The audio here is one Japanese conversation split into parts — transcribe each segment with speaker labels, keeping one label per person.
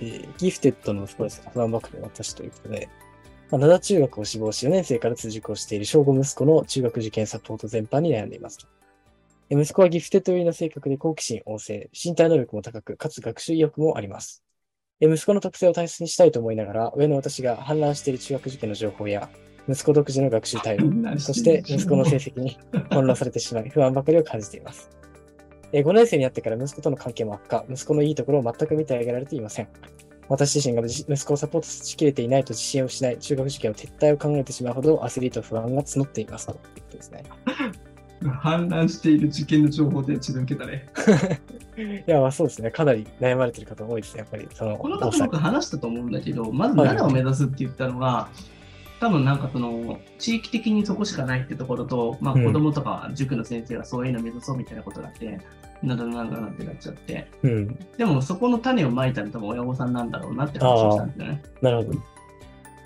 Speaker 1: ーギフテッドのスポーツファンバックで私ということで、まあ、灘中学を志望し4年生から通塾をしている小5息子の中学受験サポート全般に悩んでいますと。え息子はギフテッド寄りの性格で好奇心旺盛、身体能力も高く、かつ学習意欲もあります。え息子の特性を大切にしたいと思いながら、親の私が氾濫している中学受験の情報や、息子独自の学習態度、そして息子の成績に翻弄されてしまい、不安ばかりを感じています。えー5年生になってから息子との関係も悪化、息子のいいところを全く見てあげられていません。私自身がじ息子をサポートしきれていないと自信を失い、中学受験を撤退を考えてしまうほどアスリート不安が募っていますということですね。
Speaker 2: 氾濫している受験の情報で自分受けたね。
Speaker 1: いや、まあそうですね。かなり悩まれてる方多いですね。やっぱり、その、
Speaker 2: この
Speaker 1: 防
Speaker 2: 方
Speaker 1: 災
Speaker 2: 僕話したと思うんだけど、まず
Speaker 1: はい
Speaker 2: 7を目指すって言ったのは、多分なんかその地域的にそこしかないってところと、まあ、
Speaker 1: うん
Speaker 2: 子供とか塾の先生がそういうの目指そうみたいなことがあって、なんだなんだなんてなっちゃって、
Speaker 1: うん。
Speaker 2: でもそこの種をまいたの多分親御さんなんだろうなって話をしたんだよね。
Speaker 1: なるほど。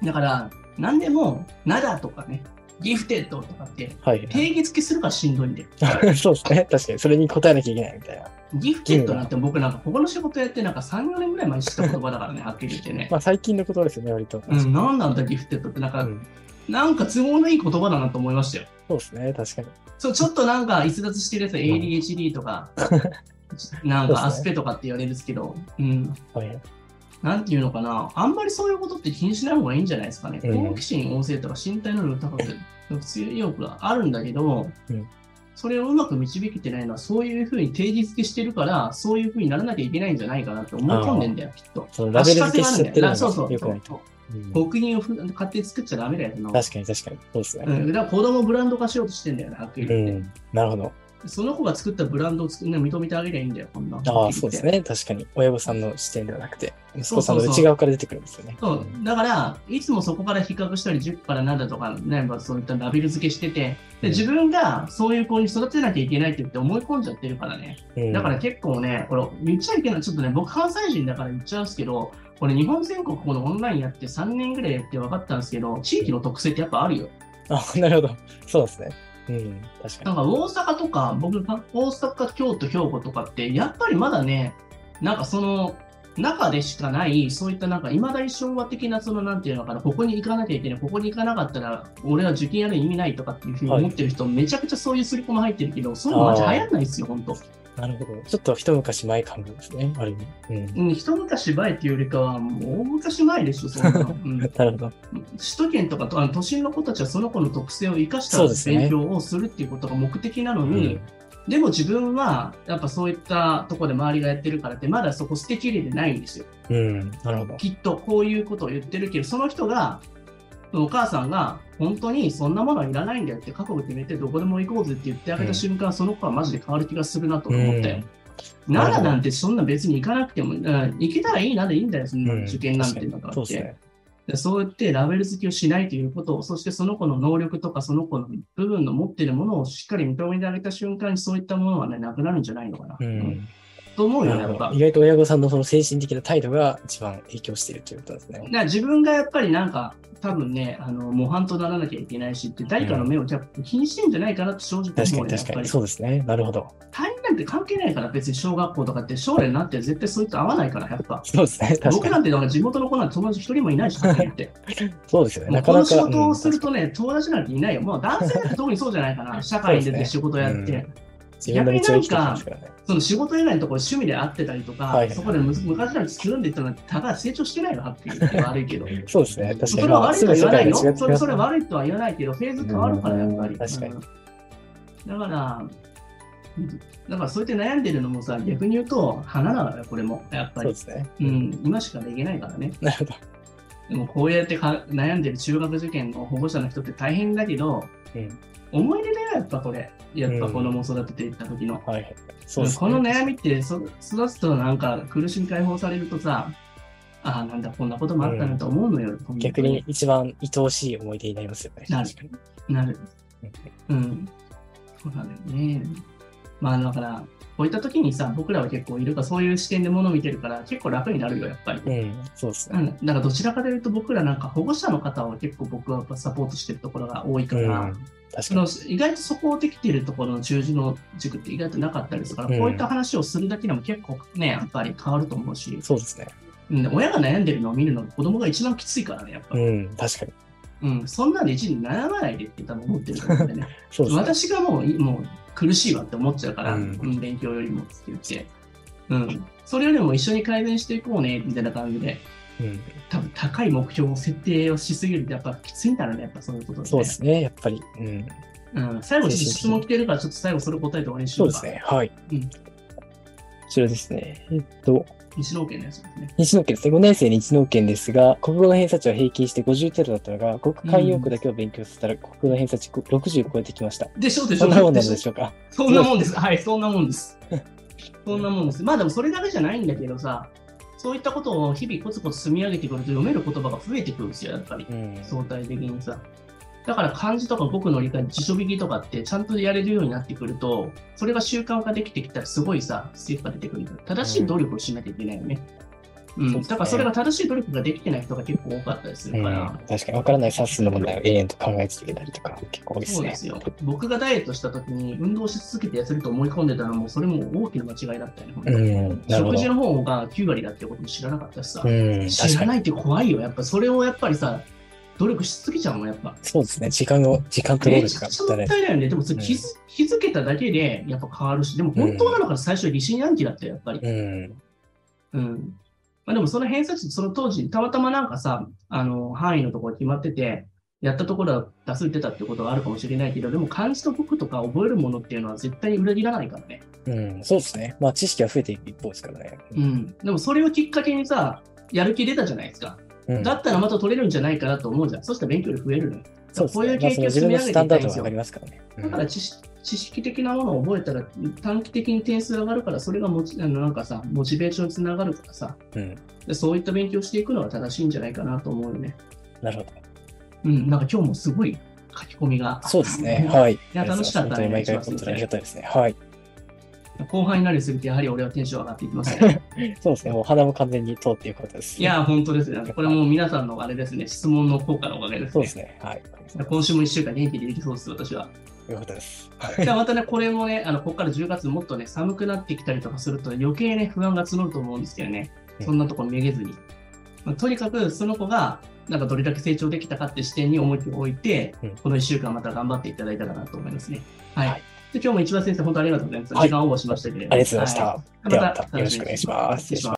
Speaker 2: だから、何でも、7とかね、ギフテッドとかって
Speaker 1: はい。
Speaker 2: 定義付けするからしんどい んだよ。
Speaker 1: そうですね。確かに。それに答えなきゃいけないみたいな。
Speaker 2: ギフテッドなんて僕なんかここの仕事やってなんか3、4年ぐらい前に知った言葉だから ね、はっきり言ってね。
Speaker 1: まあ最近のことですよね、割と。
Speaker 2: うん、何なんだギフテッドってなんか、
Speaker 1: うん
Speaker 2: なんか都合のいい言葉だなと思いましたよ。
Speaker 1: そうですね。確かに。
Speaker 2: そうちょっとなんか逸脱してるやつ ADHD と か、なんかアスペとかって言われるんですけど、うん、
Speaker 1: はい。
Speaker 2: なんていうのかな、あんまりそういうことって気にしない方がいいんじゃないですかね。
Speaker 1: うん
Speaker 2: 好奇心旺盛とか身体能力高くて、強い意欲があるんだけど、
Speaker 1: うん
Speaker 2: それをうまく導けてないのは、そういうふうに定義付けしてるから、そういうふうにならなきゃいけないんじゃないかなって思い込んでんだよ、きっと。
Speaker 1: そのラベル付けしちゃってるの
Speaker 2: 可視化性が
Speaker 1: が
Speaker 2: あるん
Speaker 1: よく
Speaker 2: だ
Speaker 1: な
Speaker 2: よないそうそう
Speaker 1: と
Speaker 2: そう。。
Speaker 1: うん
Speaker 2: 僕に勝手に作っちゃダメだよ、その
Speaker 1: 確かに確かに。そうですね。
Speaker 2: うん、だから子供をブランド化しようとしてんだよね、はっきり
Speaker 1: う
Speaker 2: 言って。
Speaker 1: ん。なるほど。
Speaker 2: その子が作ったブランドを作るの認めてあげりゃいいんだよ、こんな。
Speaker 1: ああ、そうです。ね。確かに。親御さんの視点ではなくて、息
Speaker 2: そう
Speaker 1: 子
Speaker 2: そ
Speaker 1: さ
Speaker 2: うんそう
Speaker 1: の内側から出てくるんですよね。
Speaker 2: そうだから、いつもそこから比較したり、10から7とか、ね、まあそういったラベル付けしてて、
Speaker 1: うん
Speaker 2: で自分がそういう子に育てなきゃいけないって言って思い込んじゃってるからね。
Speaker 1: うん
Speaker 2: だから結構ね、これ言っちゃいけない、ちょっとね、僕関西人だから言っちゃうんですけど、これ日本全国このオンラインやって3年ぐらいやって分かったんですけど、地域の特性ってやっぱあるよ。
Speaker 1: あ、なるほど。そうですね。うん。確か
Speaker 2: なん
Speaker 1: に。
Speaker 2: か大阪とか、僕、大阪、京都、兵庫とかって、やっぱりまだね、なんかその、中でしかない、そういったなんか、いまだに昭和的な、その、なんていうのかな、ここに行かなきゃいけない、ここに行かなかったら、俺は受験やる意味ないとかっていうふうに思ってる人、めちゃくちゃそういう刷り込み入ってるけど、そういうのマジ流行んないですよ、本当
Speaker 1: なるほど。ちょっと一昔前感がですね。ある意味。うん。
Speaker 2: うん、一昔前っていうよりかは、もう大昔前でしょ、そん なの。うん
Speaker 1: なるほど。
Speaker 2: 首都圏とかとあの都心の子たちはその子の特性を生かし
Speaker 1: そ
Speaker 2: た
Speaker 1: うですね
Speaker 2: 勉強をするっていうことが目的なのに、
Speaker 1: うん
Speaker 2: でも自分はやっぱそういったとこで周りがやってるからってまだそこ捨てきれてないんですよ
Speaker 1: うん。なるほど。
Speaker 2: きっとこういうことを言ってるけどその人がお母さんが本当にそんなものはいらないんだよって覚悟決めてどこでも行こうぜって言ってあげた瞬間、その子はマジで変わる気がするなと思ったよ。
Speaker 1: うん
Speaker 2: 奈良なんてそんな別に行かなくても、うん行けたらいいなでいいんだよ、そん
Speaker 1: う。
Speaker 2: なん受験なんて
Speaker 1: 確
Speaker 2: だ
Speaker 1: か
Speaker 2: か
Speaker 1: にそう
Speaker 2: らっ
Speaker 1: です
Speaker 2: て。
Speaker 1: ね。
Speaker 2: でそうやってラベル付けをしないということを、そしてその子の能力とか、その子の部分の持っているものをしっかり認めてあげた瞬間に、そういったものはね、なくなるんじゃないのかな。
Speaker 1: う
Speaker 2: うん
Speaker 1: ん。
Speaker 2: と思うよ
Speaker 1: な
Speaker 2: ね、や
Speaker 1: る
Speaker 2: っ
Speaker 1: ほ
Speaker 2: ぱ。
Speaker 1: ど。意外と親御さんのその精神的な態度が一番影響しているということですね。
Speaker 2: な自分がやっぱりなんか、多分ね、あの模範とならなきゃいけないしって、誰かの目をキャップ気にしてんじゃないかなって正直
Speaker 1: 確
Speaker 2: 思
Speaker 1: か
Speaker 2: う
Speaker 1: に
Speaker 2: よ、やっ
Speaker 1: 確
Speaker 2: ぱ
Speaker 1: かに。
Speaker 2: り。
Speaker 1: そうですね。なるほど。
Speaker 2: 他人なんて関係ないから、別に小学校とかって将来になって絶対そういと合わないから、やっぱ。
Speaker 1: そうですね。確
Speaker 2: 僕
Speaker 1: か
Speaker 2: な
Speaker 1: に。
Speaker 2: んて、だから地元の子なんて友達一人もいないし、はっきり言って。
Speaker 1: そうですよね。
Speaker 2: も
Speaker 1: な
Speaker 2: うこ
Speaker 1: かな
Speaker 2: の
Speaker 1: か。
Speaker 2: 仕事をす
Speaker 1: う
Speaker 2: る
Speaker 1: ん
Speaker 2: とね、友達なんていないよ。もう男 性なんて特にそうじゃないかな。社会に出て仕事やって、
Speaker 1: そうです自分の道を生きてきますからね。
Speaker 2: その仕事以外のところで趣味で会ってたりとか、
Speaker 1: はいはい
Speaker 2: そこでむ昔なんてつるんでいったのは、ただ成長してないの、はっきり言って悪いけど。
Speaker 1: そうですね。確
Speaker 2: そ
Speaker 1: か
Speaker 2: れ
Speaker 1: に。
Speaker 2: は
Speaker 1: まあ
Speaker 2: 悪いと
Speaker 1: す
Speaker 2: は
Speaker 1: ぐ世界が違って
Speaker 2: 言わないよ。
Speaker 1: き
Speaker 2: それ
Speaker 1: ます
Speaker 2: それ
Speaker 1: ね
Speaker 2: 悪いとは言わないけど、フェーズ変わるから、やっぱり。
Speaker 1: うん確かに
Speaker 2: うんだから、うんだからそうやって悩んでるのもさ、逆に言うと、花なのよ、これも。やっ
Speaker 1: そ
Speaker 2: ぱ
Speaker 1: うで
Speaker 2: り。
Speaker 1: すね。
Speaker 2: うん、今しかできないからね。
Speaker 1: なるほど。
Speaker 2: でもこうやってか悩んでる中学受験の保護者の人って大変だけど、
Speaker 1: うん
Speaker 2: 思い出だよ、やっぱこれ。やっぱ子供を育てていった時の。
Speaker 1: はいはい。そうですね。
Speaker 2: この悩みってそ育つとなんか苦しみ解放されるとさ、ああ、なんだ、こんなこともあったなと思うのよ。本当
Speaker 1: 逆に。一番愛おしい思い出になりますよね。
Speaker 2: なる
Speaker 1: 確かに。
Speaker 2: なる。
Speaker 1: うん
Speaker 2: うん。そうなんだよね。まあだから、こういった時にさ、僕らは結構いるか、そういう視点で物を見てるから、結構楽になるよ、やっぱり。
Speaker 1: うん、そうです
Speaker 2: う
Speaker 1: ね。
Speaker 2: ん、なんかどちらかというと僕らなんか保護者の方を結構僕はやっぱサポートしてるところが多いか
Speaker 1: うん、
Speaker 2: ら、
Speaker 1: 確か
Speaker 2: その
Speaker 1: に。
Speaker 2: 意外とそこをできているところの中字の塾って意外となかったりするから、
Speaker 1: うん
Speaker 2: こういった話をするだけでも結構ね、やっぱり変わると思うし、
Speaker 1: そうですね。
Speaker 2: うん親が悩んでるのを見るのが子供が一番きついからね、やっぱ
Speaker 1: う。ん、確かに。
Speaker 2: うん、そんなんで一時悩まないでって多分思ってると思うんでね。
Speaker 1: そうですね。
Speaker 2: 私がもういもう苦しいわって思っちゃうから、
Speaker 1: う
Speaker 2: うんん、勉強よりもって言って、うん、それよりも一緒に改善していこうねみたいな感じで、
Speaker 1: うん、
Speaker 2: 多分高い目標を設定をしすぎるってやっぱきついんだろうね、やっぱそういうことで、ね。
Speaker 1: そうですね、やっぱり。うん、
Speaker 2: うん、最後に質問来てるから、ちょっと最後それ答えて終わりにし
Speaker 1: そう
Speaker 2: よう
Speaker 1: で
Speaker 2: か。
Speaker 1: すね、はい。
Speaker 2: うん
Speaker 1: こちらですね。えっと、
Speaker 2: 西農研のやつですね。
Speaker 1: 日農研ですね。5年生日農研ですが、国語の偏差値は平均して50程度だったのが、国慣用句だけを勉強させたら、国語の偏差値60を超えてきました。
Speaker 2: でしょでし
Speaker 1: そ
Speaker 2: ょ
Speaker 1: んなもんなの
Speaker 2: でし
Speaker 1: で
Speaker 2: ょ
Speaker 1: しょうか。
Speaker 2: そんなもんです。はい、そんなもん です。そんなもんです。まあでもそれだけじゃないんだけどさ、そういったことを日々コツコツ積み上げてくると読める言葉が増えてくるんですよ、やっぱり。
Speaker 1: うん、
Speaker 2: 相対的にさ。だから漢字とか僕の理解、辞書引きとかってちゃんとやれるようになってくると、それが習慣化できてきたらすごいさ、成果が出てくるんだよ。正しい努力をしなきゃいけないよね。うん。
Speaker 1: そうですね
Speaker 2: だからそれが正しい努力ができてない人が結構多かったりす
Speaker 1: う
Speaker 2: る
Speaker 1: ん
Speaker 2: から、
Speaker 1: 確かに分からない算数の問題を永遠と考え続けたりとか、結構多いです
Speaker 2: そう
Speaker 1: ね。
Speaker 2: ですよ。僕がダイエットした時に運動し続けて痩せると思い込んでたのも、それも大きな間違いだったよね本当に。
Speaker 1: うん、なるほ
Speaker 2: 食
Speaker 1: ど
Speaker 2: 事。の方が9割だってことも知らなかったしさ、
Speaker 1: うん、
Speaker 2: 知
Speaker 1: 確
Speaker 2: ら
Speaker 1: かに。
Speaker 2: ないって怖いよ。やっぱそれをやっぱりさ、努力しすぎちゃうもん、やっぱ。
Speaker 1: そうですね、時間を、時間と労
Speaker 2: めち
Speaker 1: 力が
Speaker 2: ゃくちゃもった
Speaker 1: ね
Speaker 2: いないよね。でもそれ
Speaker 1: うん
Speaker 2: 気づ,、気づけただけでやっぱ変わるし、でも本当なのか最初疑心暗鬼だったよ、やっぱり。
Speaker 1: うん、
Speaker 2: うん。まあ、でもその偏差値、その当時、たまたまなんかさ、あの、範囲のところ決まってて、やったところは出すってたってことはあるかもしれないけど、でも漢字と僕とか覚えるものっていうのは絶対に裏切らないからね。
Speaker 1: うん、そうですね。まあ、知識は増えていく一方ですからね。
Speaker 2: うん。でもそれをきっかけにさ、やる気出たじゃないですか。
Speaker 1: うん
Speaker 2: だったらまた取れるんじゃないかなと思うじゃん。そしたら勉強量増えるのよ。
Speaker 1: そうです
Speaker 2: こうい
Speaker 1: ね。
Speaker 2: う
Speaker 1: まあ
Speaker 2: 経
Speaker 1: そ
Speaker 2: 験
Speaker 1: の
Speaker 2: を
Speaker 1: 自
Speaker 2: 積
Speaker 1: 分
Speaker 2: み
Speaker 1: の
Speaker 2: 上
Speaker 1: ス
Speaker 2: げ
Speaker 1: タ
Speaker 2: て
Speaker 1: ンダード
Speaker 2: いたいんで
Speaker 1: が
Speaker 2: す
Speaker 1: 上
Speaker 2: よ
Speaker 1: がり。ますからね。
Speaker 2: だから知識知識的なものを覚えたら短期的に点数上がるから、それがモチあのなんかさモチベーションにつながるからさ
Speaker 1: うん、うん、
Speaker 2: で、そういった勉強していくのが正しいんじゃないかなと思うよね。
Speaker 1: なるほ
Speaker 2: うん、なんか今日もすごい書き込みが。
Speaker 1: ど。そうですね。はい。い
Speaker 2: や楽しかっ
Speaker 1: 本
Speaker 2: たね
Speaker 1: 当に毎回本当にありがたいですね。はい。
Speaker 2: 後半になりすぎて、やはり俺はテンション上がっていきますね。
Speaker 1: そうですね。もう鼻も完全に通っていうことです。
Speaker 2: い、やー、本当ですね。これも皆さんのあれですね、質問の効果のおかげです
Speaker 1: そう
Speaker 2: ね。
Speaker 1: ですね。はい。
Speaker 2: 今週も1週間元気でできそうです、私は。
Speaker 1: よかったです。
Speaker 2: じゃあまたね、これもね、あのここから10月もっとね、寒くなってきたりとかすると、余計ね、不安が募ると思うんですけどね、そんなとこめげずに。まあとにかく、その子が、なんかどれだけ成長できたかって視点に思いを置いて、
Speaker 1: うん
Speaker 2: この1週間また頑張っていただいたらなと思いますね。はい。
Speaker 1: はい
Speaker 2: で今日も一番先生、本当ありがとうございます。
Speaker 1: はい
Speaker 2: 時間オーバーしましたけれども。
Speaker 1: ありがとうございました。
Speaker 2: は
Speaker 1: ではまた
Speaker 2: 楽みに
Speaker 1: よろしくお願いします
Speaker 2: 失礼します。